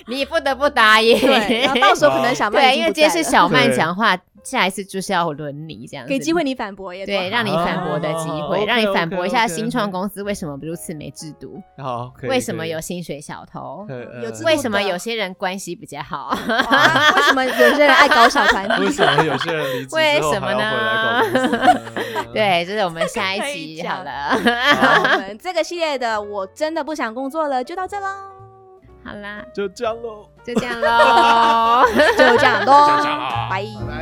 S2: 你不得不答应。
S1: 对，然后到时候可 能小曼已
S2: 对，因
S1: 经
S2: 为
S1: 不
S2: 今天
S1: 在了
S2: 是小曼
S3: 对
S2: 讲话，下一次就是要轮你这样子，
S1: 给机会你反驳耶，多
S2: 对，
S1: 好
S2: 让你反驳的机会，
S3: 哦
S2: 让你
S3: OK，OK，OK
S2: 反驳一下新创公司为什么如此没制度，
S3: 好，可以
S2: 为什么
S3: 可以
S2: 有薪水小偷，
S3: 可以呃
S1: 有制度
S2: 为什么有些人关系比较好，
S3: 嗯
S1: 哇为什么有些人爱搞小团
S3: 为
S1: 体？
S3: 什么有些人离职之后还
S2: 为
S3: 要
S2: 什么
S3: 回
S2: 呢？
S3: 来搞公司
S2: 对，这是我们下
S1: 可
S2: 一
S1: 以
S2: 集
S1: 讲
S2: 好了。
S3: 嗯
S1: 好我们这个系列的我真的不想工作了，就到这喽。
S2: 好，好啦，
S1: 就这样喽。
S2: 就这样喽。
S3: 就这样喽，
S1: 这样啦
S3: 拜。
S1: 拜拜